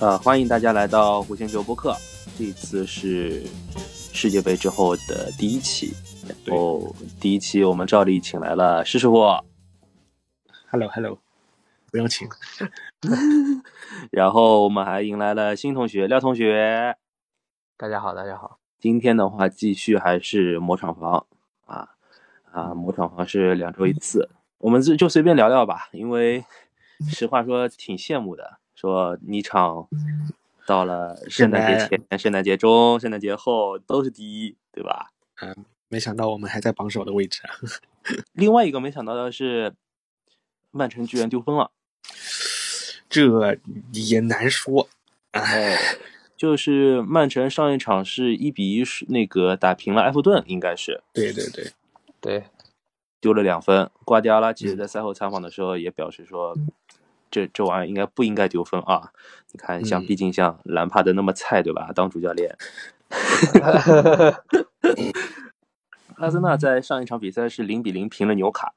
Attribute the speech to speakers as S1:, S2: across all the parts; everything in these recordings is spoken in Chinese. S1: 呃，欢迎大家来到胡星球播客，这次是世界杯之后的第一期，然后第一期我们照例请来了施师傅，
S2: Hello Hello，不用请。
S1: 然后我们还迎来了新同学廖同学。
S3: 大家好，大家好。
S1: 今天的话，继续还是磨厂房啊啊，磨厂房是两周一次，我们就就随便聊聊吧，因为实话说挺羡慕的，说你厂到了圣诞节前、圣诞节中、圣诞节后都是第一，对吧？
S2: 没想到我们还在榜首的位置啊！
S1: 另外一个没想到的是，曼城居然丢分了。
S2: 这也难说。
S1: 哎，就是曼城上一场是一比一是那个打平了埃弗顿，应该是
S2: 对对对，
S3: 对，嗯
S1: 丢了两分。瓜迪奥拉其实在赛后采访的时候也表示说，这这玩意儿应该不应该丢分啊？你看，像
S2: 嗯
S1: 毕竟像兰帕德那么菜，对吧？当主教练，阿森
S3: 嗯
S1: 纳在上一场比赛是零比零平了纽卡。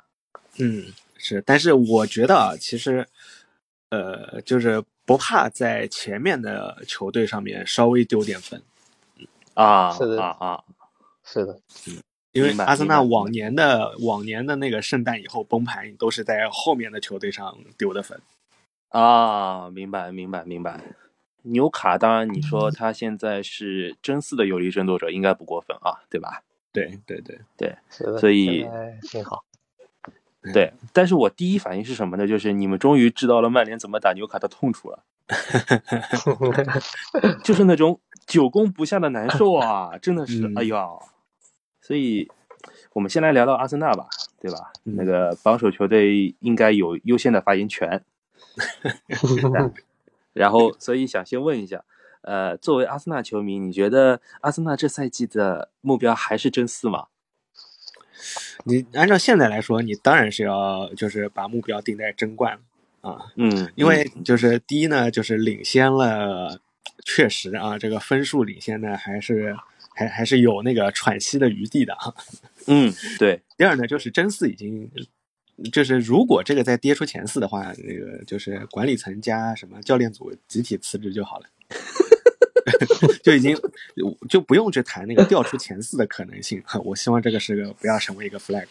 S2: 嗯，是。但是我觉得啊，其实，呃，就是不怕在前面的球队上面稍微丢点分，
S1: 啊
S3: 是的
S1: 啊啊！
S3: 是的，
S2: 因为
S1: 明白
S2: 阿森纳
S1: 明白
S2: 往年的往年的那个圣诞以后崩盘，都是在后面的球队上丢的分。
S1: 啊，明白明白明白。纽卡当然，你
S2: 嗯
S1: 说他现在是争四的有力争夺者，应该不过分啊，对吧？
S2: 对对对，
S3: 是的。
S1: 所以
S3: 现在挺好。
S1: 对，但是我第一反应是什么呢？就是你们终于知道了曼联怎么打纽卡的痛楚了，就是那种久攻不下的难受啊，真的是，
S2: 嗯
S1: 哎呀！所以，我们先来聊聊阿森纳吧，对吧？
S2: 嗯
S1: 那个榜首球队应该有优先的发言权。然后，所以想先问一下，呃，作为阿森纳球迷，你觉得阿森纳这赛季的目标还是争四吗？
S2: 你按照现在来说，你当然是要就是把目标定在争冠啊，
S1: 嗯，
S2: 因为
S1: 嗯
S2: 就是第一呢，就是领先了，确实啊，这个分数领先呢，还是还还是有那个喘息的余地的啊。
S1: 嗯，对，
S2: 第二呢，就是争四已经，就是如果这个再跌出前四的话，那个就是管理层加什么教练组集体辞职就好了。就已经就不用去谈那个掉出前四的可能性，我希望这个是个不要成为一个 flag。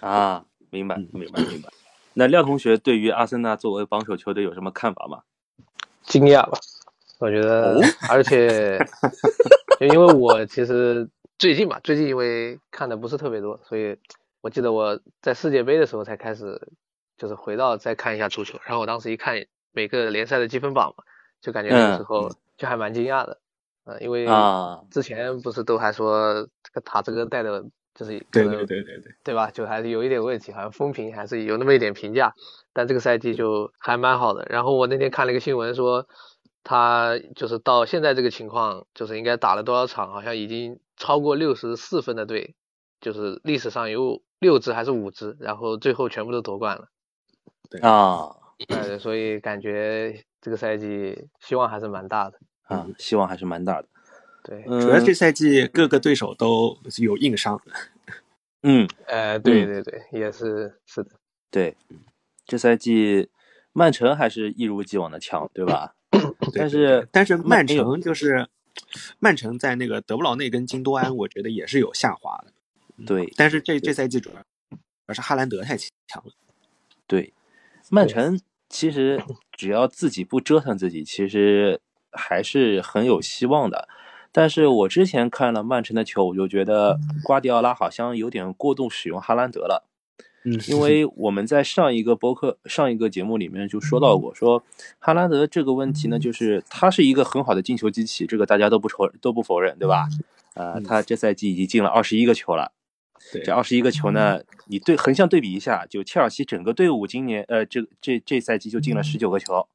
S1: 啊，明白，明白，明白。那廖同学对于阿森纳作为榜首球队有什么看法吗？
S3: 惊讶吧？我觉得，而且就因为我其实最近嘛，最近因为看的不是特别多，所以我记得我在世界杯的时候才开始，就是回到再看一下足球。然后我当时一看每个联赛的积分榜嘛，就感觉那个时候就还蛮惊讶的，嗯、因为
S1: 啊，
S3: 之前不是都还说这个塔兹哥带的，就是可
S2: 对
S3: 能
S2: 对对对对，
S3: 对吧？就还是有一点问题，好像风评还是有那么一点评价，但这个赛季就还蛮好的。然后我那天看了一个新闻说，他就是到现在这个情况，就是应该打了多少场，好像已经超过六十四分的队，就是历史上有六支还是五支，然后最后全部都夺冠了。
S1: 啊
S3: 呃，所以感觉这个赛季希望还是蛮大的。
S1: 啊，希望还是蛮大的。
S3: 对，
S1: 嗯
S2: 主要这赛季各个对手都有硬伤，
S1: 嗯，
S3: 呃，对对对，也是是的，
S1: 对，这赛季曼城还是一如既往的强，对吧？
S2: 对
S1: 但
S2: 对对
S1: 是
S2: 但是曼
S1: 没有
S2: 城就是曼城在那个德布劳内跟金多安，我觉得也是有下滑的。嗯
S1: 对
S2: 但是这这赛季主要而是哈兰德太强了。
S1: 对，曼城其实只要自己不折腾自己，其实还是很有希望的。但是我之前看了曼城的球，我就觉得瓜迪奥拉好像有点过度使用哈兰德了。
S2: 嗯
S1: 因 为我们在上一个播客、上一个节目里面就说到过，说哈兰德这个问题呢，就是他是一个很好的进球机器，这个大家都不承都不否认，对吧？呃，
S2: 嗯
S1: 他这赛季已经进了二十一个球了，
S2: 对嗯
S1: 这二十一个球呢，你对横向对比一下，就切尔西整个队伍今年呃这这这赛季就进了十九个 球，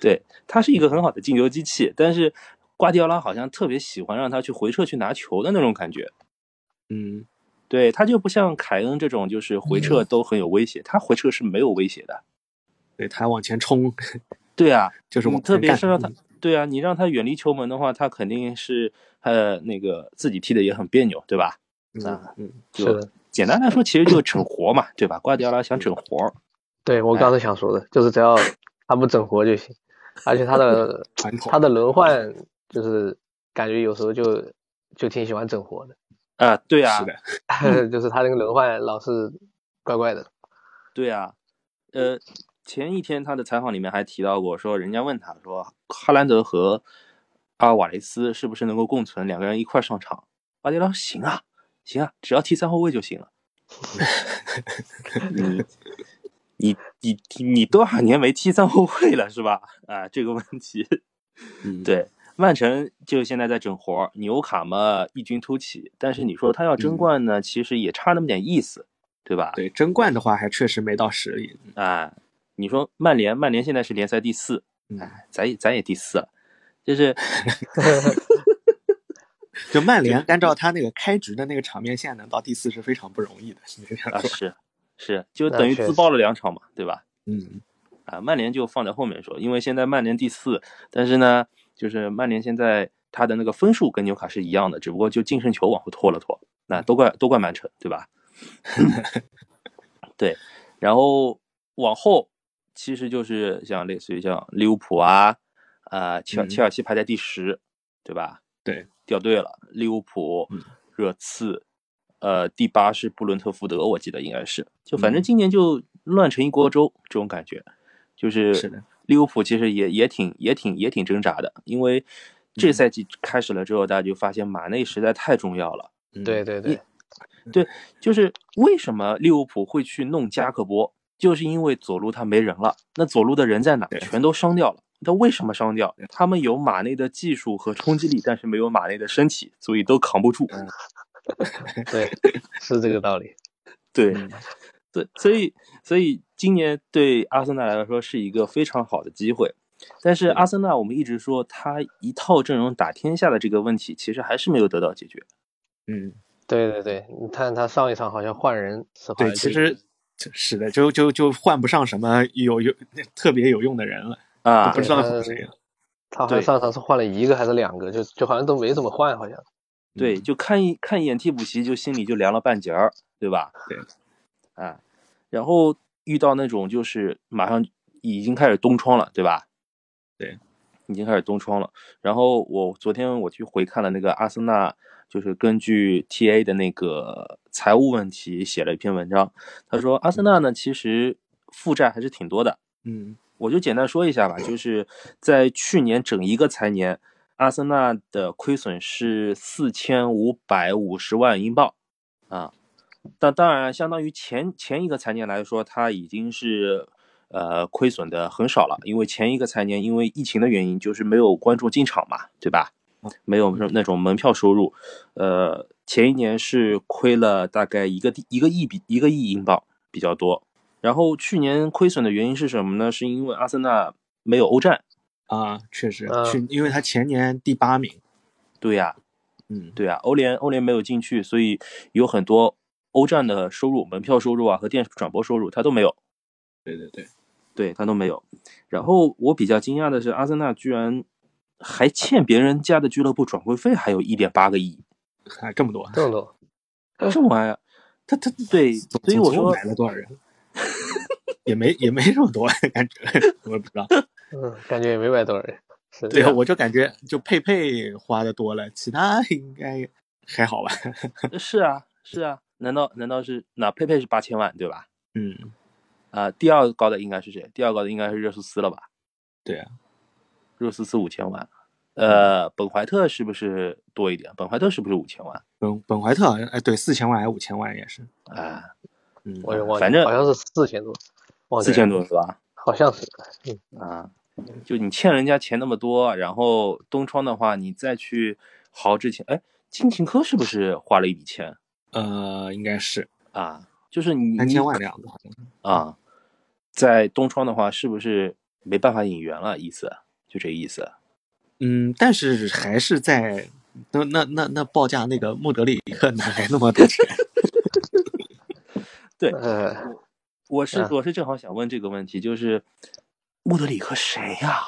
S1: 对，他是一个很好的进球机器，但是瓜迪奥拉好像特别喜欢让他去回撤去拿球的那种感觉。
S2: 嗯，
S1: 对，他就不像凯恩这种，就是回撤都很有威胁，他回撤是没有威胁的。
S2: 对他往前冲
S1: 对啊，
S2: 就是
S1: 你
S2: 往
S1: 特
S2: 前
S1: 别
S2: 干。
S1: 是让他，对啊，你让他远离球门的话，他肯定是呃那个自己踢的也很别扭，对吧？啊
S2: 嗯嗯，
S3: 是
S1: 就
S3: 的。
S1: 简单来说，其实就是整活嘛，对吧？瓜迪奥拉想整活，
S3: 对，我刚才想说的，就是只要他不整活就行。而且他的
S2: 传统
S3: 他的轮换就是感觉有时候就就挺喜欢整活的，
S1: 啊，对啊
S2: 是，的，
S3: 就是他那个轮换老是怪怪的。
S1: 对啊，呃，前一天他的采访里面还提到过，说人家问他说，哈兰德和阿尔瓦雷斯是不是能够共存，两个人一块儿上场？阿迪拉说行啊，行啊，只要踢三后卫就行了。 你你你你多少年没踢三后卫了是吧？啊，这个问题，
S2: 嗯，
S1: 对，曼城就现在在整活儿，纽卡嘛异军突起，但是你说他要争冠呢，其实也差那么点意思，对吧？
S2: 对，争冠的话还确实没到实力。
S1: 啊，你说曼联，曼联现在是联赛第四，
S2: 嗯，
S1: 哎，咱也咱也第四了，就是
S2: 就曼联按
S1: 嗯
S2: 照他那个开局的那个场面线能到第四是非常不容易的。你这
S1: 啊
S2: 样说，
S1: 是是，就
S3: 那
S1: 等于
S3: 确
S1: 自
S3: 实
S1: 爆了两场嘛，对吧？
S2: 嗯，
S1: 啊，曼联就放在后面说，因为现在曼联第四，但是呢，就是曼联现在他的那个分数跟纽卡是一样的，只不过就净胜球往后拖了拖，那都怪都怪曼城，对吧？ 对，然后往后其实就是像类似于像利物浦啊，啊，切尔
S2: 嗯
S1: 切尔西排在第十，对吧？
S2: 对，
S1: 掉队了，利物浦
S2: 嗯、
S1: 热刺，呃，第八是布伦特福德，我记得应该是，就反正
S2: 嗯
S1: 今年就乱成一锅粥这种感觉，就是
S2: 是的
S1: 利物浦其实也也挺也挺也挺挣扎的，因为
S2: 嗯
S1: 这赛季开始了之后，大家就发现马内实在太重要了。
S2: 嗯
S3: 对，对对，
S1: 就是为什么利物浦会去弄加克波，就是因为左路他没人了。那左路的人在哪
S2: 对？
S1: 全都伤掉了。他为什么伤掉
S2: 对？
S1: 他们有马内的技术和冲击力，但是没有马内的身体，所以都扛不
S2: 嗯
S1: 住。
S3: 对，是这个道理。
S1: 对
S2: 嗯，
S1: 对，所以所以今年对阿森纳来说是一个非常好的机会。但是阿森纳，我们一直说他一套阵容打天下的这个问题，其实还是没有得到解决。
S2: 嗯，
S3: 对对对，你看他上一场好像换人是换
S2: 对，
S3: 了
S2: 其
S3: 这
S2: 实是的，就就就换不上什么有有特别有用的人了，
S1: 啊
S2: 都不知道换谁了。
S3: 他好像
S1: 对
S3: 上场是换了一个还是两个，就就好像都没怎么换，好像。
S1: 对，
S2: 嗯
S1: 就看一看一眼替补席，就心里就凉了半截儿，对吧？
S2: 对，
S1: 啊，然后遇到那种就是马上已经开始冬窗了，对吧？
S2: 对，
S1: 已经开始冬窗了。然后我昨天我去回看了那个阿森纳，就是根据 TA 的那个财务问题写了一篇文章，他说阿森纳呢其实负债还是挺多的，
S2: 嗯
S1: 我就简单说一下吧，就是在去年整一个财年，阿森纳的亏损是四千五百五十万英镑啊。但当然，相当于前前一个财年来说，它已经是呃亏损的很少了，因为前一个财年因为疫情的原因，就是没有观众进场嘛，对吧？没有那种门票收入，呃，前一年是亏了大概一个地一个亿比一个亿英镑比较多，然后去年亏损的原因是什么呢？是因为阿森纳没有欧战。
S2: 啊，确实
S1: 呃
S3: 嗯
S2: 是，因为他前年第八名，
S1: 对呀、
S2: 嗯，
S1: 对呀、欧联欧联没有进去，所以有很多欧战的收入、门票收入啊和电视转播收入它都没有，
S2: 对对对，
S1: 对它都没有。然后我比较惊讶的是，阿森纳居然还欠别人家的俱乐部转会费还有一点八个亿，
S2: 啊，这么多，
S3: 这种东西
S1: 这玩意儿，
S2: 他他
S1: 对，
S2: 总
S1: 所以我
S2: 总共
S1: 说
S2: 买了多少人？ 也没也没这么多感觉，我也不知 道。
S3: 嗯，感觉也没买多少人。是
S2: 对
S3: 啊，
S2: 我就感觉就佩佩花的多了，其他应该还好吧。
S1: 是啊是啊，难道难道是那佩佩是八千万对吧？
S2: 嗯，
S1: 啊、第二高的应该是谁？第二高的应该是热苏斯了吧？
S2: 对啊，嗯
S1: 热苏斯五千万，呃，本怀特是不是多一点？本怀特是不是五千万？
S2: 本本怀特好像哎，对，四千万还是五千万也是。
S1: 啊、
S2: 嗯，
S3: 我也忘记了，
S1: 反正
S3: 好像是四千多，
S2: 哦
S3: 忘
S1: 四
S3: 记了
S2: 啊
S1: 千多是吧？
S3: 好像是。嗯，
S1: 啊、就你欠人家钱那么多，然后东窗的话，你再去豪之前，哎，金琴科是不是花了一笔钱
S2: 呃，应该是
S1: 啊？就是你
S2: 三
S1: 你
S2: 千万的样子，好像。
S1: 啊，在东窗的话，是不是没办法引援了？意思就这意思。
S2: 嗯，但是还是在那那那那报价那个穆德里克哪来那么多钱？
S1: 对
S3: 呃，
S1: 我是
S3: 嗯
S1: 我是正好想问这个问题，就是穆德里克谁呀、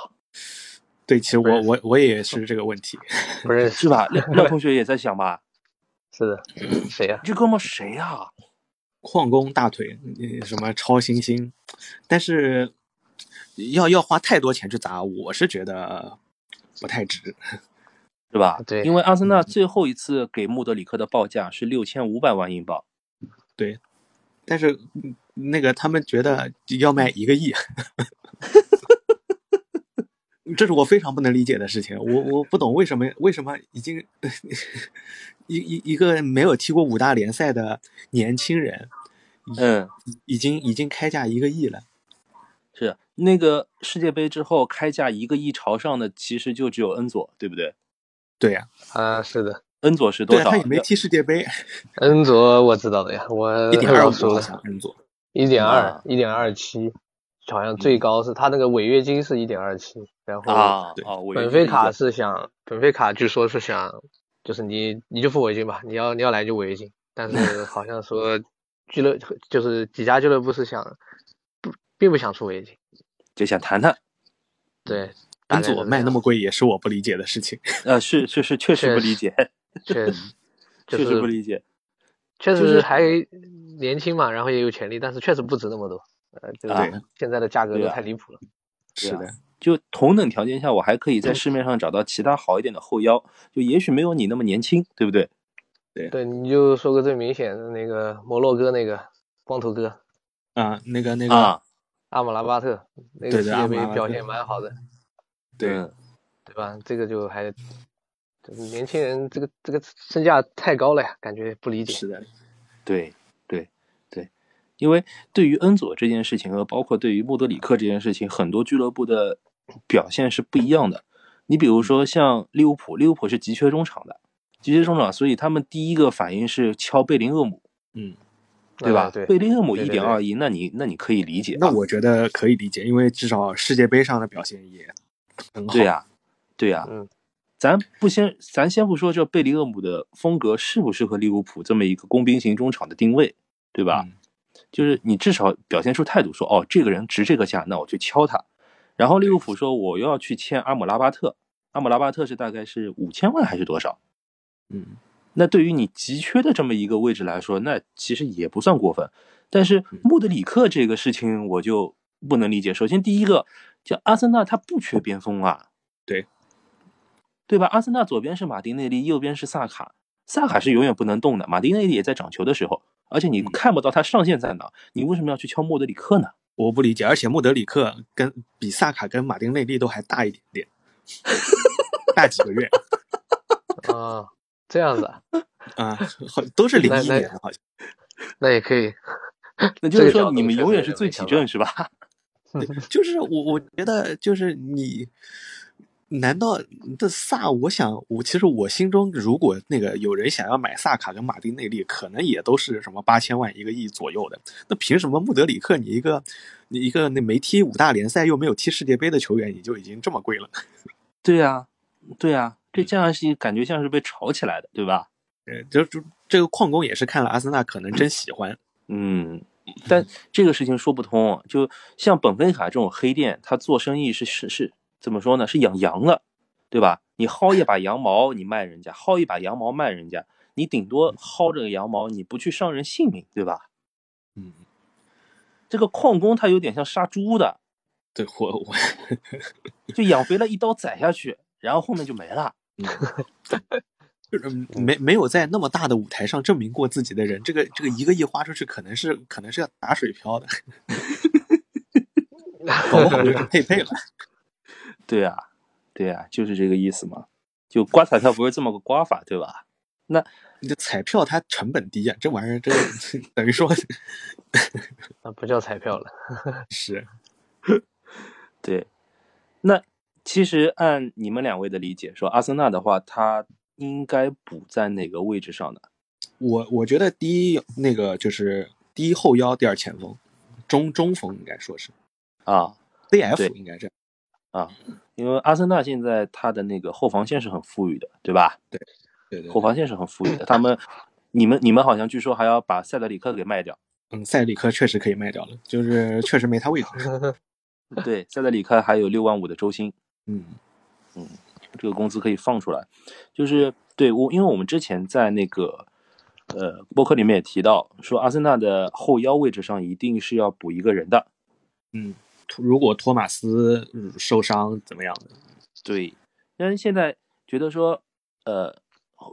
S2: 对，其实我我我也是这个问题。
S3: 不认识
S1: 是吧？廖廖同学也在想吧，
S3: 是的，谁呀、
S1: 这哥们儿谁呀、
S2: 矿工大腿，呃什么超新星，但是要要花太多钱去砸，我是觉得不太值。
S1: 是吧？
S3: 对
S1: 因为阿森纳最后一次给穆德里克的报价是六千五百万英镑，
S2: 对，但是嗯那个他们觉得要卖一个亿， 这是我非常不能理解的事情。我我不懂为什么为什么已经一一一个没有踢过五大联赛的年轻人，
S1: 嗯，
S2: 已经已经开价一个亿了。
S1: 是那个世界杯之后开价一个亿朝上的，其实就只有恩佐，对不对？
S2: 对呀、
S3: 啊，是的，
S1: 恩佐是多
S2: 对啊、
S1: 少？
S2: 他也没踢世界杯，
S3: 恩佐我知道的呀，我
S2: 一点二
S3: 老
S2: 五
S3: 熟
S2: 好
S3: 了，
S2: 像恩佐。
S3: 一点
S1: 啊嗯
S3: 二，一点二七，好像最高是他那个违约金是一点二七，然后
S1: 啊
S2: 对
S1: 啊，我以为
S3: 本菲
S1: 是
S3: 卡
S1: 一个
S3: 是想，本菲卡据说是想，就是你你就付违约金吧，你要你要来就违约金，但是好像说俱乐就是几家俱乐部是想不并不想出违约金，
S1: 就想谈谈，
S3: 对，大
S2: 恩
S3: 概
S2: 佐
S3: 是这
S2: 卖那
S3: 样
S2: 么贵也是我不理解的事 情。
S1: 呃，是是是，确实不理解，
S3: 确实就
S1: 确实
S3: 是
S1: 不理解，
S3: 确
S1: 就
S3: 实
S1: 是
S3: 还年轻嘛，然后也有潜力，但是确实不值那么多，呃，就
S1: 啊
S3: 是现在的价格
S1: 对
S3: 都
S1: 啊
S3: 太离谱了，
S1: 对
S2: 是
S1: 啊
S2: 的，
S1: 就同等条件下，我还可以在市面上找到其他好一点的后腰，就也许没有你那么年轻，对不对？
S3: 对，你就说个最明显的那个摩洛哥那个光头哥
S2: 啊、那个那个，
S1: 啊，
S3: 阿姆拉巴特，那
S2: 对对
S3: 个世
S2: 阿
S3: 界
S2: 姆拉
S3: 杯
S2: 巴
S3: 表
S2: 特
S3: 现蛮好的。
S2: 对、
S1: 嗯
S3: 对吧？这个就还这个年轻人，这个这个身价太高了呀，感觉不理解。
S2: 是的，
S1: 对对对，因为对于恩佐这件事情，和包括对于穆德里克这件事情，很多俱乐部的表现是不一样的。你比如说像利物浦，利物浦是急缺中场的，急缺中场，所以他们第一个反应是敲贝林厄姆，
S2: 嗯，
S1: 对吧？
S3: 啊对，
S1: 贝林厄姆
S3: 对
S1: 一
S3: 对对
S1: 点二亿，那你那你可以理解啊，
S2: 那我觉得可以理解，因为至少世界杯上的表现也很好。
S1: 对呀、对啊呀、
S3: 嗯，
S1: 咱不先，咱先不说这贝林厄姆的风格适不适合利物浦这么一个工兵型中场的定位，对吧？
S2: 嗯
S1: 就是你至少表现出态度说，哦，这个人值这个价，那我去敲他。然后利物浦说我要去签阿姆拉巴特，阿姆拉巴特是大概是五千万还是多少？
S2: 嗯，
S1: 那对于你急缺的这么一个位置来说，那其实也不算过分。但是
S2: 嗯
S1: 穆德里克这个事情我就不能理解。首先第一个，叫阿森纳他不缺边锋啊，
S2: 对，
S1: 对吧？阿森纳左边是马丁内利，右边是萨卡，萨卡是永远不能动的，马丁内利也在掌球的时候，而且你
S2: 嗯
S1: 看不到他上限在哪，你为什么要去敲莫德里克呢？
S2: 我不理解，而且穆德里克跟比萨卡跟马丁内利都还大一点 点，大几个月
S3: 啊，这样子啊，
S2: 啊，好都是零一
S3: 那
S2: 年好像。
S3: 那也可以。
S1: 那就是
S3: 这个角
S1: 说
S3: 度
S1: 你们
S3: 确
S1: 永
S3: 实
S1: 远
S3: 有
S1: 是
S3: 点
S1: 最
S3: 没
S1: 起
S3: 想
S1: 正
S3: 法
S1: 是吧？
S2: 就是我我觉得就是你，难道这萨？我想我其实我心中如果那个有人想要买萨卡跟马丁内利，可能也都是什么八千万一个亿左右的。那凭什么穆德里克你一个你一个那没踢五大联赛又没有踢世界杯的球员，你就已经这么贵了？
S1: 对呀、对呀、
S3: 嗯
S1: 这这样是感觉像是被炒起来的，对吧？
S2: 呃，就就这个矿工也是看了阿森纳，可能真喜欢。
S1: 嗯， 但这个事情说不通。啊就像本菲卡这种黑店，他做生意是是是怎么说呢？是养羊的，对吧？你薅一把羊毛，你卖人家；薅一把羊毛卖人家，你顶多薅这个羊毛，你不去伤人性命，对吧？
S2: 嗯，
S1: 这个矿工他有点像杀猪的，
S2: 对我我
S1: 就养肥了一刀宰下去，然后后面就没了。
S2: 就是没没有在那么大的舞台上证明过自己的人，这个这个一个亿花出去，可能是可能是要打水漂的，搞不好就是佩佩了。
S1: 对啊，对啊，就是这个意思嘛。就刮彩票不是这么个刮法，对吧？
S2: 你的彩票它成本低呀、啊这玩意儿这 等于说
S3: 那不叫彩票了。
S2: 是
S1: 对，那其实按你们两位的理解，说阿森纳的话，他应该补在哪个位置上呢？
S2: 我我觉得第一那个就是第一后腰，第二前锋，中中锋应该说是
S1: 啊
S2: CF 应该这样。
S1: 啊，因为阿森纳现在他的那个后防线是很富裕的，对吧？
S2: 对对
S1: 后
S2: 对，
S1: 防线是很富裕的，他们。你们你们好像据说还要把塞德里克给卖掉，
S2: 嗯，塞里克确实可以卖掉了，就是确实没他味道。
S3: 嗯
S1: 对，塞德里克还有六万五的周薪，
S2: 嗯
S1: 这个工资可以放出来。就是对我，因为我们之前在那个呃播客里面也提到，说阿森纳的后腰位置上一定是要补一个人的，
S2: 嗯，如果托马斯受伤怎么样的？
S1: 对，但是现在觉得说，呃，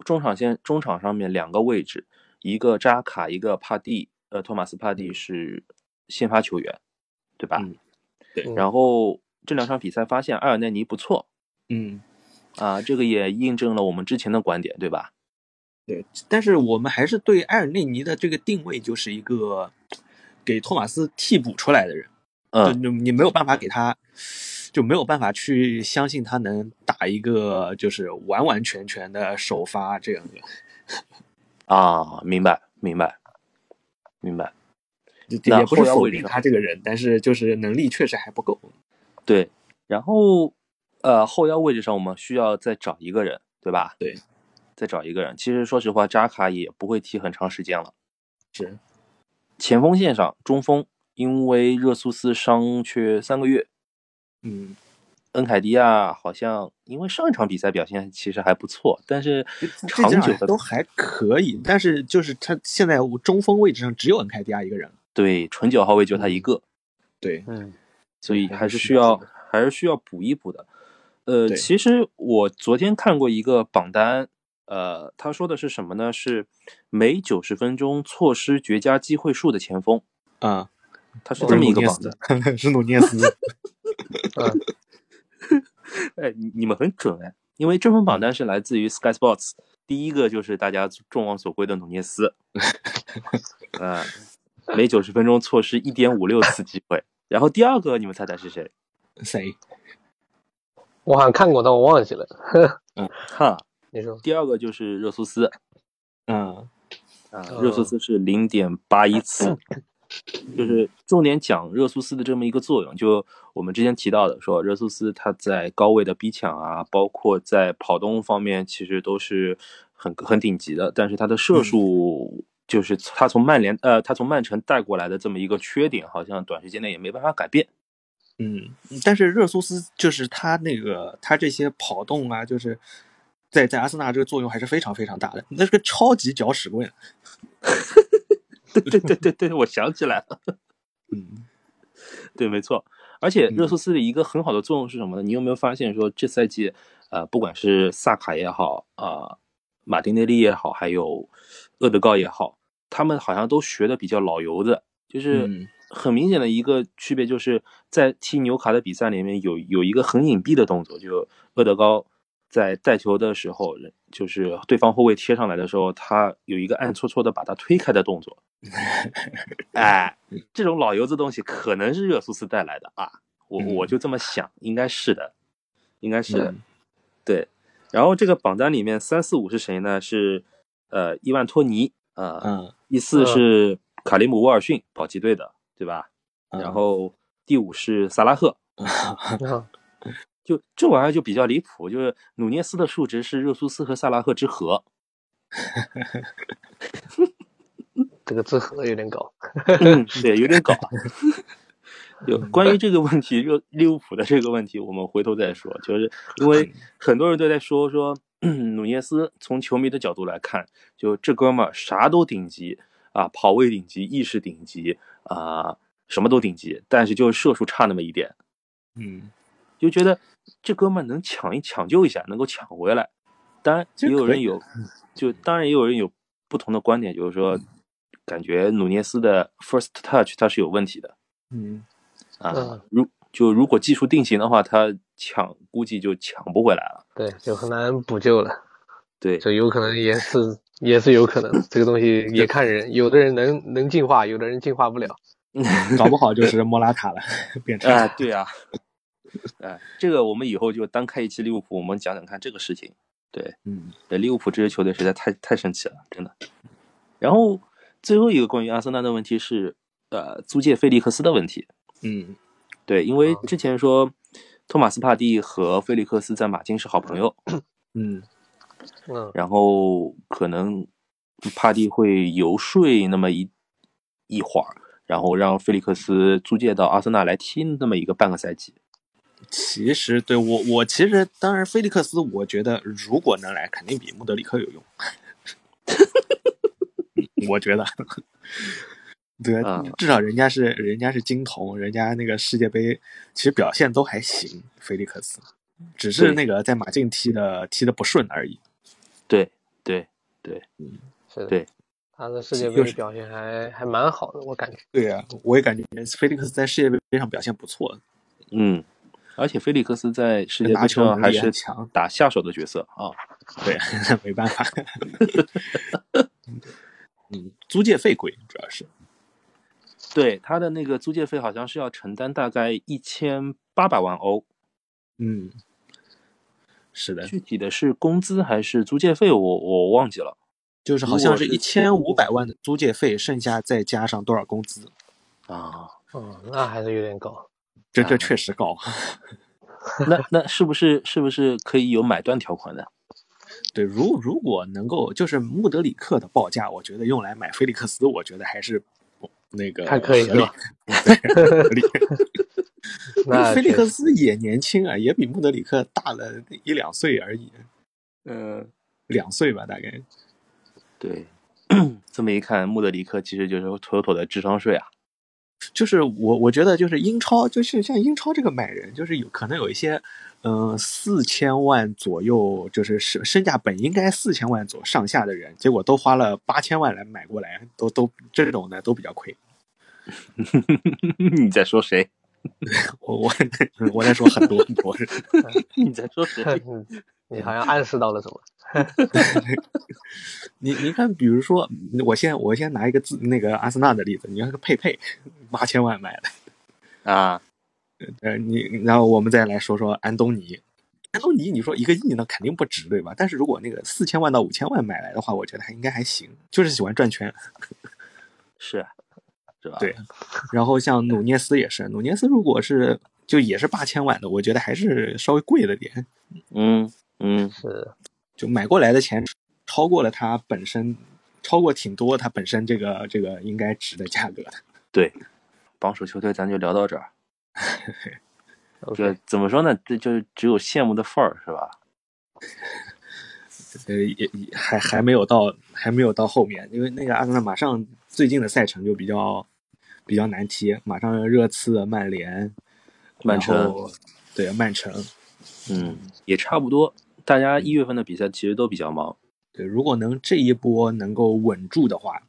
S1: 中场线中场上面两个位置，一个扎卡，一个帕蒂，呃，托马斯帕蒂是先发球员，对吧？
S2: 嗯对
S3: 嗯
S1: 然后这两场比赛发现埃尔内尼不错
S2: 嗯，
S1: 啊、这个也印证了我们之前的观点，对吧？
S2: 对。但是我们还是对埃尔内尼的这个定位就是一个给托马斯替补出来的人，就
S1: 嗯，
S2: 就你没有办法给他，就没有办法去相信他能打一个就是完完全全的首发这样的。
S1: 啊，明白，明白，明白。
S2: 就
S1: 那
S2: 也不是
S1: 后腰
S2: 否
S1: 位
S2: 定
S1: 置
S2: 他这个人，但是就是能力确实还不够。
S1: 对，然后呃后腰位置上我们需要再找一个人，对吧？
S2: 对，
S1: 再找一个人。其实说实话，扎卡也不会踢很长时间了。
S2: 是，
S1: 前锋线上中锋，因为热苏斯伤缺三个月，
S2: 嗯，
S1: 恩凯迪亚好像因为上一场比赛表现其实还不错，但是
S2: 这
S1: 长
S2: 这
S1: 久
S2: 样
S1: 的
S2: 都还可以，但是就是他现在我中锋位置上只有恩凯迪亚一个人了。
S1: 对纯九号位就他一个，
S2: 对，
S3: 嗯，
S1: 所以还是需
S2: 还是需要
S1: 要还是需要
S2: 补的
S1: 补一补的。呃，
S2: 对
S1: 其实我昨天看过一个榜单，呃，他说的是什么呢？是每九十分钟错失绝佳机会数的前锋，
S2: 啊、
S1: 他是
S2: 不
S1: 这
S2: 是
S1: 么一
S2: 努
S1: 个
S2: 涅
S1: 榜单。
S2: 斯， 是努涅斯。
S3: 嗯，
S1: 哎，你你们很准哎，因为这份榜单是来自于 Sky Sports，第一个就是大家众望所归的努涅斯，嗯、每九十分钟错失一点五六次机会。然后第二个，你们猜猜是谁？
S2: 谁？
S3: 我好像看过，但我忘记了。
S1: 哈，
S3: 你说，
S1: 第二个就是热苏斯
S2: 嗯，
S1: 啊，
S3: 哦
S1: 热苏斯是零点八一 次，就是重点讲热苏斯的这么一个作用。就我们之前提到的，说热苏斯他在高位的逼抢啊，包括在跑动方面，其实都是很很顶级的。但是他的射术，就是他从曼联呃，他从曼城带过来的这么一个缺点，好像短时间内也没办法改变。
S2: 嗯，但是热苏斯就是他那个他这些跑动啊，就是在在阿森纳这个作用还是非常非常大的，那是个超级搅屎棍。
S1: 对对对对对，我想起来了，
S2: 嗯，
S1: 对，没错。而且
S2: 嗯
S1: 热苏斯的一个很好的作用是什么呢？你有没有发现说这赛季，呃，不管是萨卡也好，啊，马丁内利也好，还有厄德高也好，他们好像都学的比较老油子，就是
S2: 嗯
S1: 很明显的一个区别，就是在踢纽卡的比赛里面有有一个很隐蔽的动作，就厄德高在带球的时候，就是对方后卫贴上来的时候，他有一个暗搓搓的把他推开的动 作，哎，这种老油子东西可能是热苏斯带来的啊，我
S2: 嗯
S1: 我就这么想，应该是的，应该是的，
S2: 嗯
S1: 对。然后这个榜单里面三四五是谁呢？是呃伊万托尼，呃，
S2: 嗯，
S1: 第四
S3: 嗯
S1: 是卡里姆沃尔逊，保级队的，对吧？
S2: 嗯
S1: 然后第五是萨拉赫，
S3: 嗯，
S1: 就这玩意儿就比较离谱，就是努涅斯的数值是热苏斯和萨拉赫之和，
S3: 这个之和有点高。
S1: 嗯，对，有点搞 啊。有关于这个问题，就利物浦的这个问题，我们回头再说。就是因为很多人都在说说 努涅斯，从球迷的角度来看，就这哥们儿啥都顶级啊，跑位顶级，意识顶级啊，什么都顶级，但是就是射术差那么一点，
S2: 嗯，
S1: 就觉得这哥们儿能抢一抢救一下，能够抢回来。当然
S2: 其
S1: 也
S2: 实
S1: 有
S2: 可以嗯
S1: 人有，就当然也有人有不同的观点，就是说感觉努涅斯的 first touch 它是有问题的。
S2: 嗯。
S1: 啊
S3: 嗯，
S1: 如就如果技术定型的话，他抢估计就抢不回来了。
S3: 对，就很难补救了。
S1: 对，
S3: 这有可能也是也是有可能的，这个东西也看人，有的人能能进化，有的人进化不了。
S2: 搞不好就是莫拉塔了， 变成、
S1: 哎，啊对啊， 哎，这个我们以后就单开一期利物浦，我们讲讲看这个事情。
S2: 嗯
S1: 对，利物浦这支球队实在太太神奇了，真的。然后最后一个关于阿森纳的问题是，呃，租借菲利克斯的问题。
S2: 嗯
S1: 对，因为之前说托马斯帕蒂和菲利克斯在马竞是好朋友，
S2: 嗯
S3: 嗯，
S1: 然后可能帕蒂会游说那么一一会儿，然后让菲利克斯租借到阿森纳来踢那么一个半个赛季。
S2: 其实对我我其实当然菲利克斯，我觉得如果能来，肯定比穆 德里克有用。我觉得对
S1: 嗯，
S2: 至少人家是人家是金童，人家那个世界杯其实表现都还行，菲利克斯，只是
S1: 对
S2: 那个在马竞踢的踢的不顺而已。
S1: 对对，
S3: 是的，
S1: 对，
S3: 他的世界
S2: 就
S3: 杯
S2: 是
S3: 表现还还蛮好的，我感觉。
S2: 对呀、我也感觉菲利克斯在世界杯上表现不错，
S1: 嗯，而且菲利克斯在世界
S2: 拿
S1: 杯
S2: 球
S1: 上
S2: 能
S1: 还
S2: 力
S1: 是
S2: 很强。
S1: 打下手的角色啊、
S2: 对， 没办法。嗯，租借费贵，主要是
S1: 对他的那个租借费好像是要承担大概一千八百万欧，
S2: 嗯，是的，
S1: 具体的是工资还是租借费我，我忘记了
S2: 就是好像是
S1: 如果是
S2: 一千五百万的租借费，剩下再加上多少工资，
S1: 啊。
S3: 嗯，那还是有 点高。
S2: 这
S1: 啊
S2: 这确实高。
S1: 那那是不是是不是可以有买断条款的？
S2: 对，如如果能够就是穆德里克的报价，我觉得用来买菲利克斯，我觉得还是那个
S3: 还可以
S2: 合理
S3: 是吧
S2: 对合理。因
S3: 那
S2: 为菲利
S3: 确
S2: 克
S3: 实
S2: 斯也年轻啊，也比穆德里克大了一两岁而已，
S1: 嗯，
S2: 两岁吧，大概。
S1: 对。这么一看，穆德里克其实就是妥妥的智商税啊！
S2: 就是我我觉得就是英超，就是像英超这个买人，就是有可能有一些，嗯，四千万左右，就是身身价本应该四千万左上下的人，结果都花了八千万来买过来，都都这种的都比较亏。
S1: 你在说谁？
S2: 我我我在说很多很多人，
S1: 你在说 谁？
S3: 嗯你好像暗示到了什么？
S2: 你你看，比如说，我先我先拿一个自那个阿森纳的例子，你看个佩佩，八千万买的，
S1: 啊，
S2: 呃，你然后我们再来说说安东尼。安东尼，你说一个亿呢，肯定不值，对吧？但是如果那个四千万到五千万买来的话，我觉得还应该还行，就是喜欢转圈。
S1: 是，啊是吧？
S2: 对然后像努涅斯也是，努涅斯如果是就也是八千万的，我觉得还是稍微贵了点，
S1: 嗯嗯，
S3: 是
S2: 就买过来的钱超过了他本身，超过挺多他本身这个这个应该值的价格的。
S1: 对。榜首球队咱就聊到这儿。这
S3: OK，
S1: 怎么说呢？这就是只有羡慕的份儿，是吧？
S2: 呃，也也还还没有到，还没有到后面，因为那个阿森纳马上最近的赛程就比较比较难踢，马上热刺、曼联、
S1: 曼城
S2: 然后，对曼城，
S1: 嗯，也差不多。大家一月份的比赛其实都比较忙。
S2: 对，如果能这一波能够稳住的话，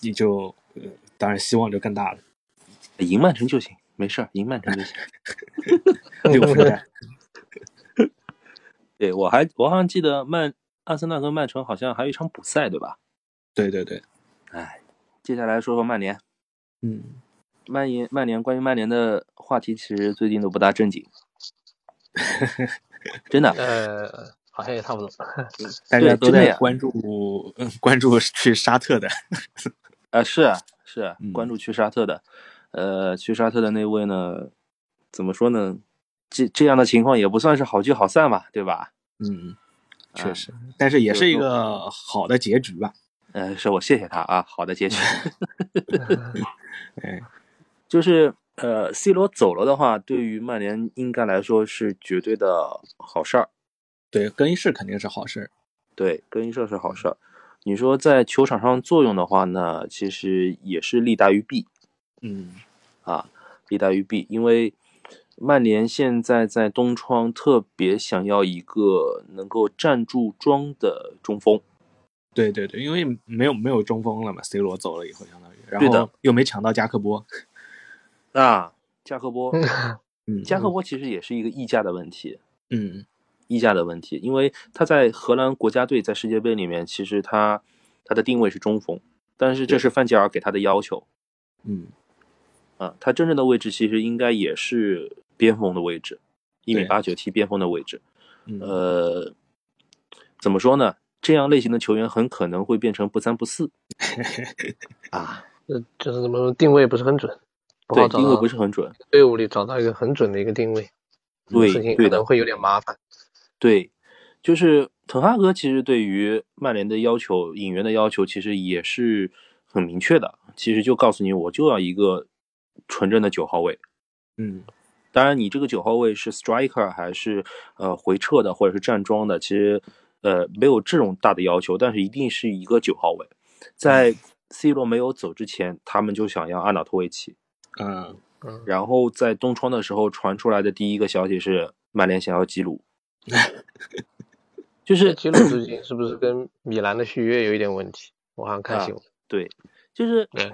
S2: 你就、呃、当然希望就更大了，
S1: 赢曼城就行，没事儿，赢曼城就行。
S2: 六分战，
S1: 对我还我好像记得曼阿森纳跟曼城好像还有一场补赛，对吧？
S2: 对对对，
S1: 哎，接下来说说曼联，
S2: 嗯，
S1: 曼联曼联关于曼联的话题其实最近都不大正经， 真 的。
S3: 呃，好像也差不多。
S2: 大
S1: 对啊
S2: 家都
S1: 真的
S2: 在
S1: 呀
S2: 关注、嗯关注去沙特的，
S1: 啊，是啊，是啊
S2: 嗯
S1: 关注去沙特的，呃，去沙特的那位呢，怎么说呢？这这样的情况也不算是好聚好散吧，对吧？
S2: 嗯，确
S1: 啊
S2: 实，但是也是一
S1: 有时
S2: 个好的结局吧，
S1: 呃，是我谢谢他啊，好的结局。
S2: 哎，
S1: 就是呃，C 罗走了的话，对于曼联应该来说是绝对的好事儿，
S2: 对，更衣室肯定是好事儿。
S1: 对，更衣室是好事儿。你说在球场上作用的话呢，其实也是利大于弊。
S2: 嗯，
S1: 啊，利大于弊，因为曼联现在在东窗特别想要一个能够站住桩的中锋，
S2: 对对对，因为没有没有中锋了嘛，C 罗走了以后，相当于，然
S1: 对的
S2: 后又没抢到加克波，
S1: 啊，加克波，
S3: 呃
S2: 嗯
S1: 加克波其实也是一个溢价的问题，
S2: 嗯
S1: 溢价的问题，因为他在荷兰国家队在世界杯里面，其实他他的定位是中锋，但是这
S2: 对
S1: 是范吉尔给他的要求
S2: 嗯，
S1: 啊，他真正的位置其实应该也是边锋的位置，一米
S2: 对
S1: 八九踢边锋的位置，
S2: 嗯
S1: 呃，怎么说呢？这样类型的球员很可能会变成不三不四啊，
S3: 就就是怎么说，定位不是很准，不好啊
S1: 对，
S3: 找
S1: 定位
S3: 到
S1: 不是很准。
S3: 队伍里找到一个很准的一个定位，这个
S1: 对
S3: 事
S1: 对
S3: 情可
S1: 的
S3: 能会有点麻烦。
S1: 对，就是滕哈格其实对于曼联的要求、引援的要求，其实也是很明确的。其实就告诉你，我就要一个纯正的九号位。
S2: 嗯
S1: 当然，你这个九号位是 striker 还是呃回撤的，或者是站桩的，其实呃没有这种大的要求，但是一定是一个九号位。在 C 罗没有走之前，他们就想要阿瑙托维奇。
S2: 嗯
S3: 嗯，
S1: 然后在冬窗的时候传出来的第一个消息是曼联想要基鲁，就是
S3: 基鲁最近是不是跟米兰的续约有一点问题？我好像看新闻，
S1: 对，就是
S3: 对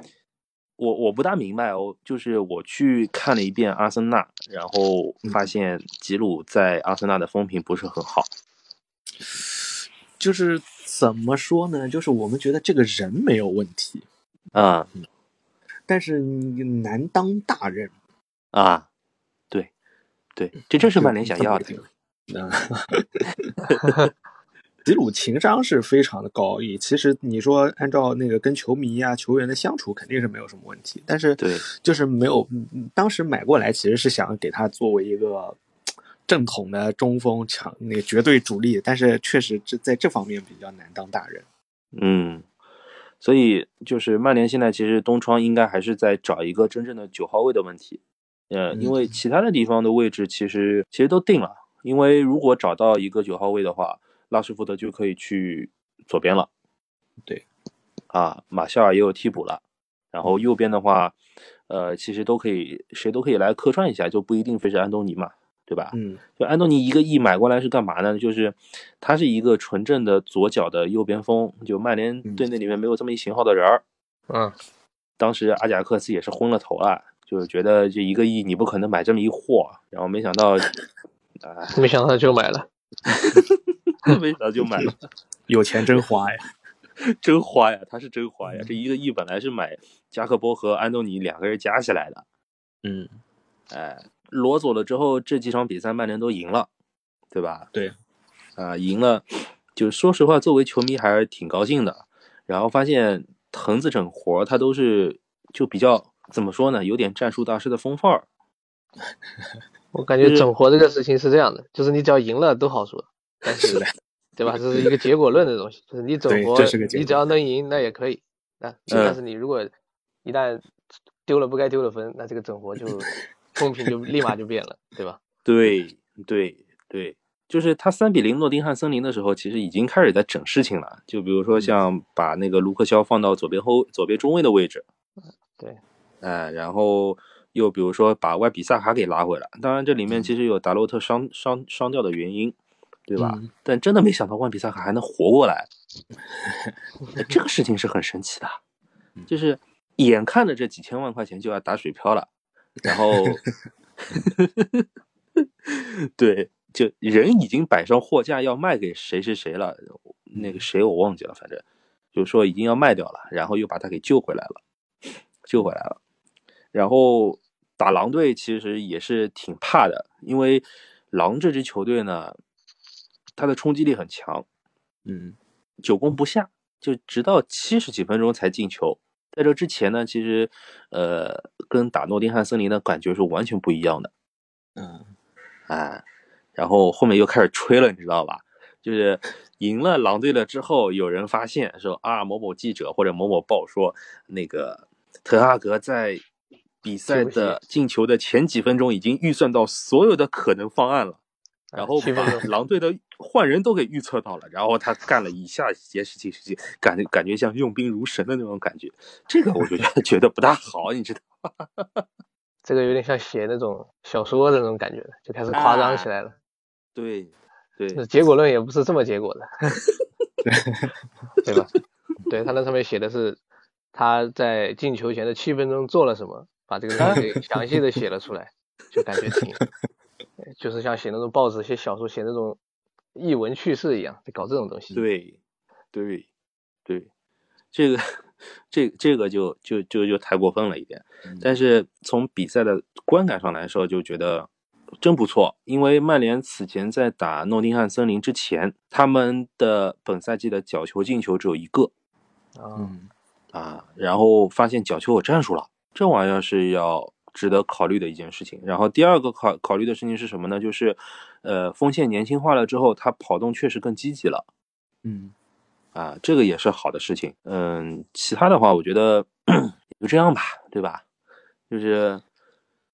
S1: 我我不大明白哦，就是我去看了一遍阿森纳，然后
S2: 嗯
S1: 发现吉鲁在阿森纳的风评不是很好。
S2: 就是怎么说呢？就是我们觉得这个人没有问题，嗯
S1: 啊
S2: 但是你难当大任，
S1: 啊，对对，这正是曼联想要的
S2: 就。这么一个。嗯， 吉鲁情商是非常的高，也其实你说按照那个跟球迷啊、球员的相处，肯定是没有什么问题。但是
S1: 对，
S2: 就是没有嗯当时买过来，其实是想给他作为一个嘖正统的中锋强那个绝对主力，但是确实这在这方面比较难当大人。
S1: 嗯，所以就是曼联现在其实东窗应该还是在找一个真正的九号位的问题，呃，
S2: 嗯
S1: 因为其他的地方的位置其实其实都定了，因为如果找到一个九号位的话，拉什福德就可以去左边了，
S2: 对，嗯
S1: 啊，马夏尔也有替补了，然后右边的话，呃，其实都可以谁都可以来客串一下，就不一定非是安东尼嘛，对吧？
S2: 嗯
S1: 就安东尼一个亿买过来是干嘛呢？就是他是一个纯正的左脚的右边锋，就曼联队那里面没有这么一型号的人儿。
S3: 嗯，
S2: 啊
S1: 当时阿贾克斯也是昏了头了，就是觉得这一个亿你不可能买这么一货，然后没想到，啊、
S3: 没想到就买了，
S1: 没想到就买了，
S2: 有钱真花呀！
S1: 真花呀，他是真花呀，这一个亿本来是买加克波和安东尼两个人加起来的，
S2: 嗯，
S1: 哎，罗走了之后，这几场比赛曼联都赢了，对吧？
S2: 对，
S1: 啊、赢了，就说实话，作为球迷还是挺高兴的。然后发现藤子整活儿他都是就比较怎么说呢，有点战术大师的风范儿。
S3: 我感觉整活这个事情是这样的，就是你只要赢了都好说，但
S2: 是
S3: 是
S2: 的，
S3: 对吧？这是一个结果论的东西，就是你整
S2: 对
S3: 活
S2: 这是个结果嗯
S3: 你只要能赢那也可以，那但是你如果一旦丢了不该丢的分，那这个整活就风评就立马就变 了，对吧？
S1: 对对对，就是他三比零诺丁汉森林的时候，其实已经开始在整事情了。就比如说像把那个卢克肖放到左边后左边中卫的位置，
S3: 对，
S1: 哎，然后又比如说把外比萨卡给拉回来，当然这里面其实有达洛特伤伤伤掉的原因，对吧？
S2: 嗯
S1: 但真的没想到万比萨卡还能活过来，哎这个事情是很神奇的，啊就是眼看着这几千万块钱就要打水漂了，然后，对，就人已经摆上货架要卖给谁谁谁了，那个谁我忘记了，反正就是说已经要卖掉了，然后又把他给救回来了，救回来了。然后打狼队其实也是挺怕的，因为狼这支球队呢，它的冲击力很强，
S2: 嗯
S1: 久攻不下，就直到七十几分钟才进球。在这之前呢，其实呃，跟打诺丁汉森林的感觉是完全不一样的，
S2: 嗯，
S1: 哎，然后后面又开始吹了，你知道吧？就是赢了狼队了之后，有人发现说啊，某某记者或者某某报说，那个滕哈格在比赛的进球的前几分钟已经预算到所有的可能方案了，然后
S3: 七
S1: 把
S3: 啊分钟，
S1: 狼队的换人都给预测到了，然后他干了以下几件事情，事情感觉感觉像用兵如神的那种感觉，这个我就觉得 觉得不大好，你知道吗？
S3: 这个有点像写那种小说的那种感觉了，就开始
S2: 啊
S3: 夸张起来了。
S1: 对，对，
S3: 那结果论也不是这么结 果的，对吧？对他那上面写的是他在进球前的七分钟做了什么，把这个东西给详细的写了出来，就感觉 挺，就是像写那种报纸、写小说、写那种译文趣事一样，就搞这种东西。
S1: 对，对，对，这个，这这个就就就就太过分了一点。
S2: 嗯
S1: 但是从比赛的观感上来说，就觉得真不错。因为曼联此前在打诺丁汉森林之前，他们的本赛季的角球进球只有一个
S3: 啊，
S2: 嗯
S1: 啊，然后发现角球有战术了，这玩意儿是要值得考虑的一件事情。然后第二个考考虑的事情是什么呢？就是，呃，锋线年轻化了之后，他跑动确实更积极了。
S2: 嗯
S1: 啊，这个也是好的事情。嗯，其他的话，我觉得也就这样吧，对吧？就是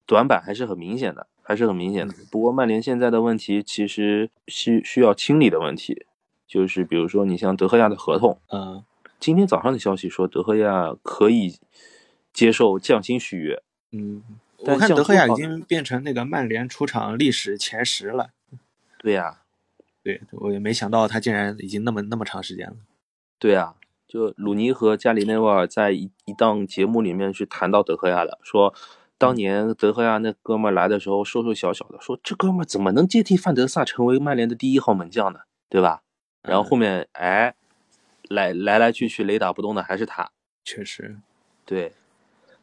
S1: 短板还是很明显的，还是很明显的。不过曼联现在的问题其实需需要清理的问题，就是比如说你像德赫亚的合同，
S2: 嗯，
S1: 今天早上的消息说德赫亚可以接受降薪续约，
S2: 嗯，我
S1: 但
S2: 看
S1: 像
S2: 德赫亚
S1: 多
S2: 已
S1: 好
S2: 经变成那个曼联出场历史前十了。
S1: 对呀、
S2: 对，我也没想到他竟然已经那么那么长时间了。
S1: 对啊，就鲁尼和加里内维尔在一一档节目里面去谈到德赫亚的，说当年德赫亚那哥们儿来的时候瘦瘦小小的，说这哥们儿怎么能接替范德萨成为曼联的第一号门将呢？对吧？然后后面哎，来来来去去雷打不动的还是他。
S2: 确实，
S1: 对，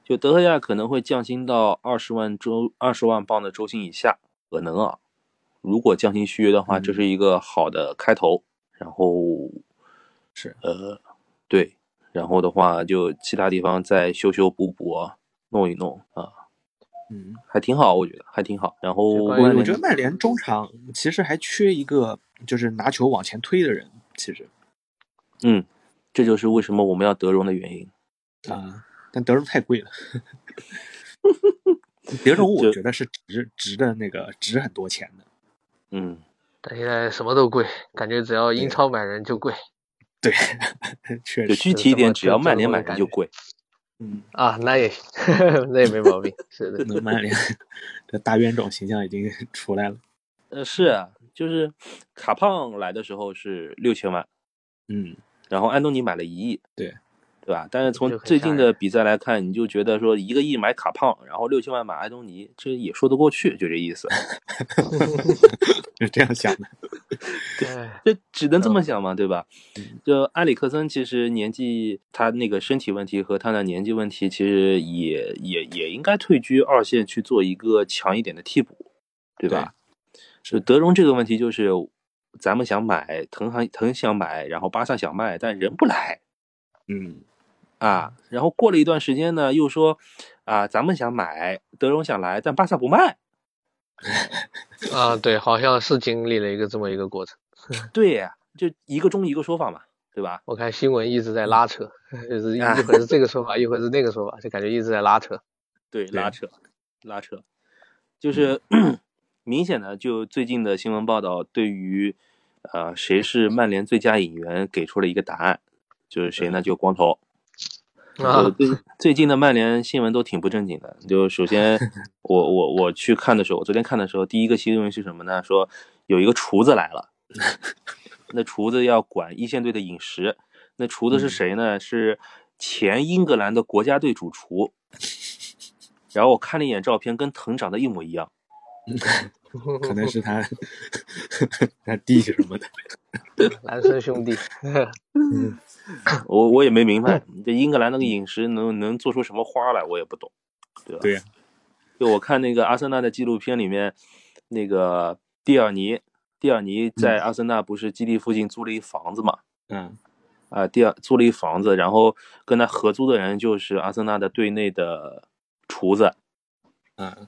S1: 就德赫亚可能会降薪到二十万周二十万镑的周薪以下，可能啊。如果降薪续约的话，
S2: 嗯
S1: 这是一个好的开头。然后
S2: 是
S1: 呃，对，然后的话就其他地方再修修补补啊，弄一弄啊，
S2: 嗯，
S1: 还挺好，我觉得还挺好。然后
S3: 我
S2: 我
S3: 关于
S1: 曼
S2: 我
S1: 联
S2: 觉得曼联中场其实还缺一个就是拿球往前推的人，其实
S1: 嗯，这就是为什么我们要德容的原因。
S2: 啊，但德容太贵了。德容我
S1: 就
S2: 觉得是值值的那个值很多钱的。
S1: 嗯，
S3: 但现在什么都贵，感觉只要英超买人就贵
S2: 对，确
S1: 就
S2: 实，
S1: 具体一点，只要曼联买
S3: 这
S1: 人
S3: 么
S1: 就贵。
S2: 嗯，
S3: 啊，那也行， 那也没毛病，是
S1: 嗯
S3: 的，
S2: 那曼联的大冤种形象已经 出来了。
S1: 呃，是啊，就是卡胖来的时候是六千万，
S2: 嗯，
S1: 然后安东尼买了一亿，
S2: 对，
S1: 对吧？但是
S3: 这
S1: 从
S3: 就很
S1: 最
S3: 吓
S1: 近的
S3: 人
S1: 比赛来看，你就觉得说一个亿买卡胖，然后六千万买安东尼，这也说得过去，就这意思。
S2: 是这样想的。
S3: 哎，
S1: 这只能这么想嘛，对吧？就埃里克森其实年纪，他那个身体问题和他的年纪问题，其实也也也应该退居二线去做一个强一点的替补，对吧？就德容这个问题，就是咱们想买，滕行滕想买，然后巴萨想卖，但人不来
S2: 嗯，
S1: 啊。然后过了一段时间呢，又说啊，咱们想买，德容想来，但巴萨不卖，
S3: 啊，对，好像是经历了一个这么一个过程。
S1: 对呀，就一个中一个说法嘛，对吧？
S3: 我看新闻一直在拉扯， 就是一
S1: 啊
S3: 一会儿是这个说法，一会儿是那个说法，就感觉一直在 拉扯。
S1: 对，
S2: 对
S1: 拉扯，拉扯，就是、 明显的，就最近的新闻报道，对于呃谁是曼联最佳引援给出了一个答案，就是谁呢？就光头。就
S3: 啊，
S1: 最最近的曼联新闻都挺不正经的。就首先，我我我去看的时候，我昨天看的时候，第一个新闻是什么呢？说有一个厨子来了， 那厨子要管一线队的饮食。那厨子是
S2: 嗯
S1: 谁呢？是前英格兰的国家队主厨。 然后我看了一眼照片，跟藤长得一模一样。
S2: 可能是他他弟什么的。
S3: 孪生啊兄弟，
S1: 我我也没明白，
S2: 嗯
S1: 这英格兰那个饮食能能做出什么花来，我也不懂，对吧？
S2: 对呀
S1: 就我看那个阿森纳的纪录片里面，那个蒂尔尼，蒂尔尼在阿森纳不是基地附近租了一房子嘛？
S2: 嗯，
S1: 啊、蒂尔租了一房子，然后跟他合租的人就是阿森纳的队内的厨子，
S2: 嗯，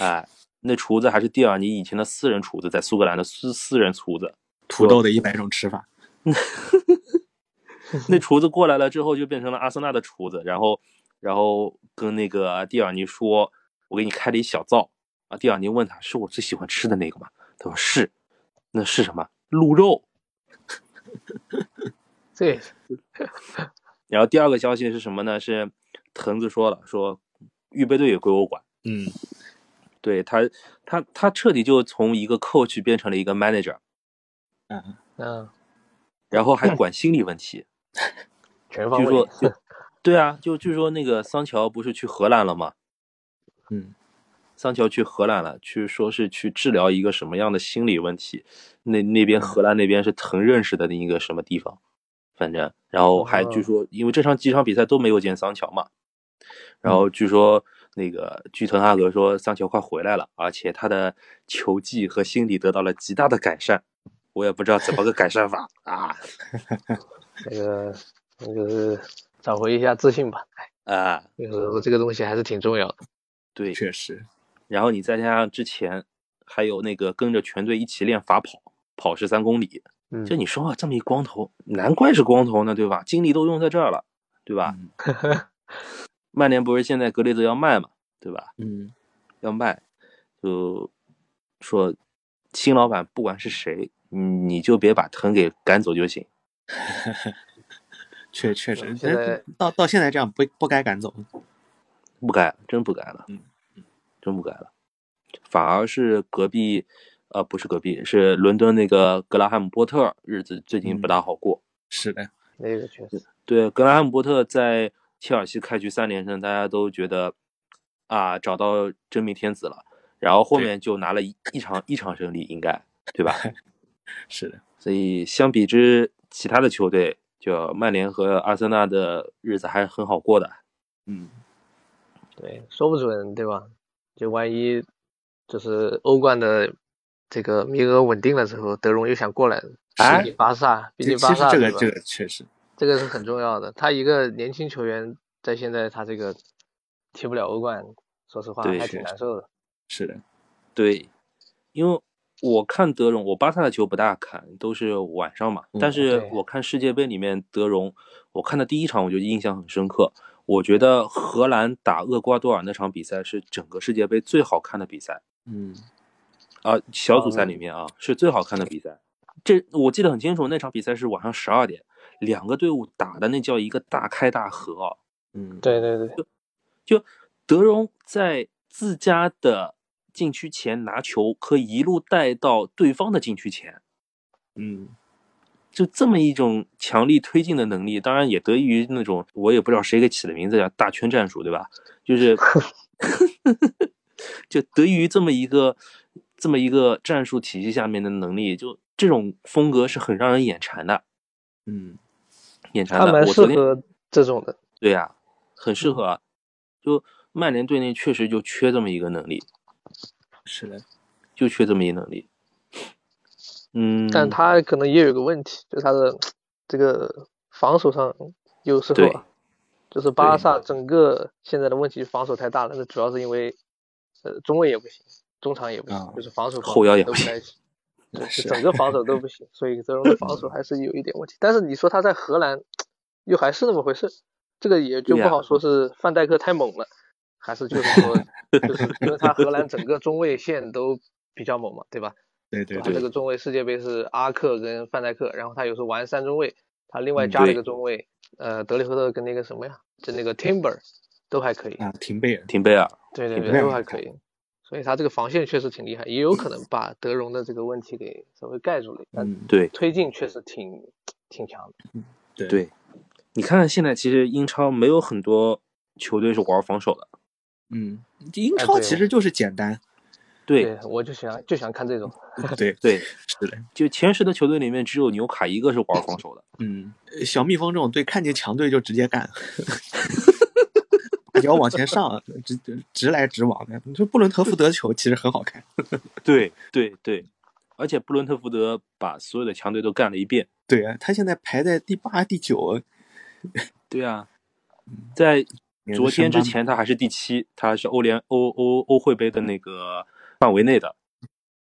S1: 哎、那厨子还是蒂尔尼以前的私人厨子，在苏格兰的私私人厨子。
S2: 土豆的一百种吃法。
S1: 那厨子过来了之后，就变成了阿森纳的厨子，然后，然后跟那个啊蒂尔尼说：“我给你开了一小灶。”啊，蒂尔尼问他：“是我最喜欢吃的那个吗？”他说：“是。”那是什么？鹿肉。
S3: 这
S1: 然后第二个消息是什么呢？是藤子说了，说预备队也归我管。
S2: 嗯，
S1: 对他，他他彻底就从一个 coach 变成了一个 manager，
S3: 嗯，
S1: 然后还管心理问题。
S3: 全方
S1: 据说
S3: 位，
S1: 就，对啊，就据说那个桑乔不是去荷兰了吗？
S2: 嗯，
S1: 桑乔去荷兰了，去说是去治疗一个什么样的心理问题。那那
S3: 嗯
S1: 边荷兰那边是疼认识的一个什么地方，反正然后还
S3: 哦
S1: 据说，因为这场几场比赛都没有见桑乔嘛，然
S3: 嗯
S1: 后据说那个据滕哈格说桑乔快回来了，而且他的球技和心理得到了极大的改善。我也不知道怎么个改善法 啊
S3: 那个那个是找回一下自信吧。
S1: 啊！
S3: 有时候这个东西还是挺重要的。
S1: 对，
S2: 确实。
S1: 然后你再加上之前还有那个跟着全队一起练法跑，跑十三公里。
S3: 嗯
S1: 就你说话这么一光头，难怪是光头呢，对吧？精力都用在这儿了，对吧？
S2: 嗯
S1: 曼联不是现在格雷泽要卖嘛，对吧？
S2: 嗯，
S1: 要卖，就说新老板不管是谁，你你就别把腾给赶走就行。
S2: 确确实，
S3: 现在
S2: 到到现在这样不不该赶走，
S1: 不该，真不该了，
S2: 嗯嗯，
S1: 真不该了，反而是隔壁，呃，不是隔壁，是伦敦那个格拉汉姆波特，日子最近
S2: 嗯
S1: 不大好过。
S2: 是的，
S3: 那个确实，
S1: 对，格拉汉姆波特在切尔西开局三连胜，大家都觉得啊找到真命天子了，然后后面就拿了一一场一场胜利，应该对吧？
S2: 是的，
S1: 所以相比之其他的球队，就曼联和阿森纳的日子还是很好过的。
S2: 嗯，
S3: 对，说不准对吧？就万一就是欧冠的这个名额稳定了之后，德容又想过来了，
S1: 哎
S3: 毕竟巴萨，毕
S2: 这
S3: 竟
S2: 其
S3: 巴
S2: 实
S3: 萨
S2: 这
S3: 对
S2: 个
S3: 吧
S2: 这个确实，
S3: 这个是很重要的。他一个年轻球员在现在他这个踢不了欧冠，说实话
S1: 对
S3: 还
S1: 是
S3: 挺难受的。
S2: 是的，
S1: 对，因为我看德容，我巴萨的球不大看，都是晚上嘛。
S2: 嗯
S1: 但是
S3: 对
S1: 我看世界杯里面德容，我看的第一场我就印象很深刻。我觉得荷兰打厄瓜多尔那场比赛是整个世界杯最好看的比赛
S2: 嗯，哦
S1: 啊、小组赛里面啊是最好看的比赛。这我记得很清楚，那场比赛是晚上十二点，两个队伍打的那叫一个大开大合啊。
S2: 嗯，
S3: 对对对，
S1: 就德容在自家的禁区前拿球，可以一路带到对方的禁区前，
S2: 嗯，
S1: 就这么一种强力推进的能力，当然也得益于那种我也不知道谁给起的名字叫大圈战术，对吧？就是就得益于这么一个这么一个战术体系下面的能力，就这种风格是很让人眼馋的，
S2: 嗯，
S1: 眼馋
S3: 他
S1: 的。
S3: 蛮
S1: 我
S3: 适
S1: 昨天
S3: 合这种的。
S1: 对呀、很适合啊。就曼联队内确实就缺这么一个能力，
S2: 是的，
S1: 就缺这么一能力。嗯，
S3: 但他可能也有一个问题，就是他的这个防守上有时候
S1: 对
S3: 啊，就是巴
S1: 对
S3: 萨整个现在的问题防守太大了，那主要是因为呃中卫也不行，中场也不行，
S2: 啊
S3: 就是防守
S1: 后腰也
S3: 不
S1: 不
S3: 行
S1: 行，啊
S3: 对，
S2: 是
S3: 就整个防守都 不行，所以德容的防守还是有一点问题。但是你说他在荷兰又还是那么回事，这个也就
S1: 对
S3: 不
S1: 呀
S3: 好说是范戴克太猛了，还是就 是说就是因为他荷兰整个中卫线都比较猛嘛，对吧？
S2: 对对
S3: 他
S2: 对
S3: 啊这个中卫世界杯是阿克跟范戴克，然后他有时候玩三中卫，他另外加了一个中卫，呃，德里赫特跟那个什么呀，就那个 Timber 都还可以，
S2: 啊，廷贝尔，
S1: 廷贝尔，
S3: 嗯对对
S2: 挺
S3: 对，
S2: 亮
S3: 都
S2: 眼
S3: 还
S2: 的
S3: 可以。所以他这个防线确实挺厉害，也有可能把德容的这个问题给稍微盖住了，但
S2: 嗯，
S1: 对
S3: 推进确实挺挺强的。
S2: 对
S1: 对。你看看现在，其实英超没有很多球队是玩防守的，
S2: 嗯，英
S3: 哎
S2: 超
S3: 对
S2: 其实就是简 单，
S1: 对，
S3: 我就喜欢就喜欢看这种，
S2: 对，
S1: 对，
S2: 是的，
S1: 就前十的球队里面，只有纽卡一个是玩防守的，
S2: 嗯，呃小蜜蜂这种队看见强队就直接 干，把脚往前上，直直来直往的。你说布伦特福德球其实很好看，
S1: 对对对，而且布伦特福德把所有的强队都干了一遍，
S2: 对啊，他现在排在第八、第九，
S1: 对啊，在昨天之
S2: 升班
S1: 前他还是第七，他是欧联欧欧欧会杯的那个范围内的。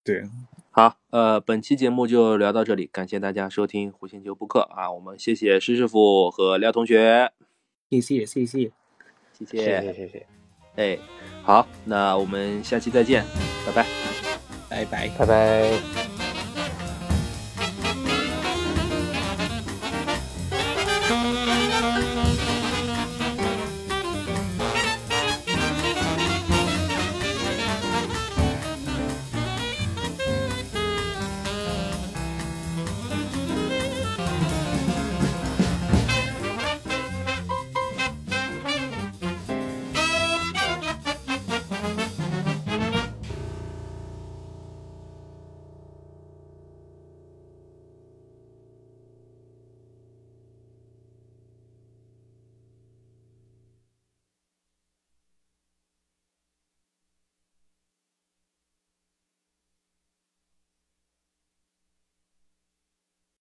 S2: 对，啊
S1: 好，呃，本期节目就聊到这里，感谢大家收听弧线球播客啊，我们谢谢施师傅和廖同学，
S2: 谢谢谢谢，
S1: 谢谢，
S3: 谢谢谢谢，
S1: 哎，好，那我们下期再见，拜拜。
S2: 拜拜。
S3: 拜拜。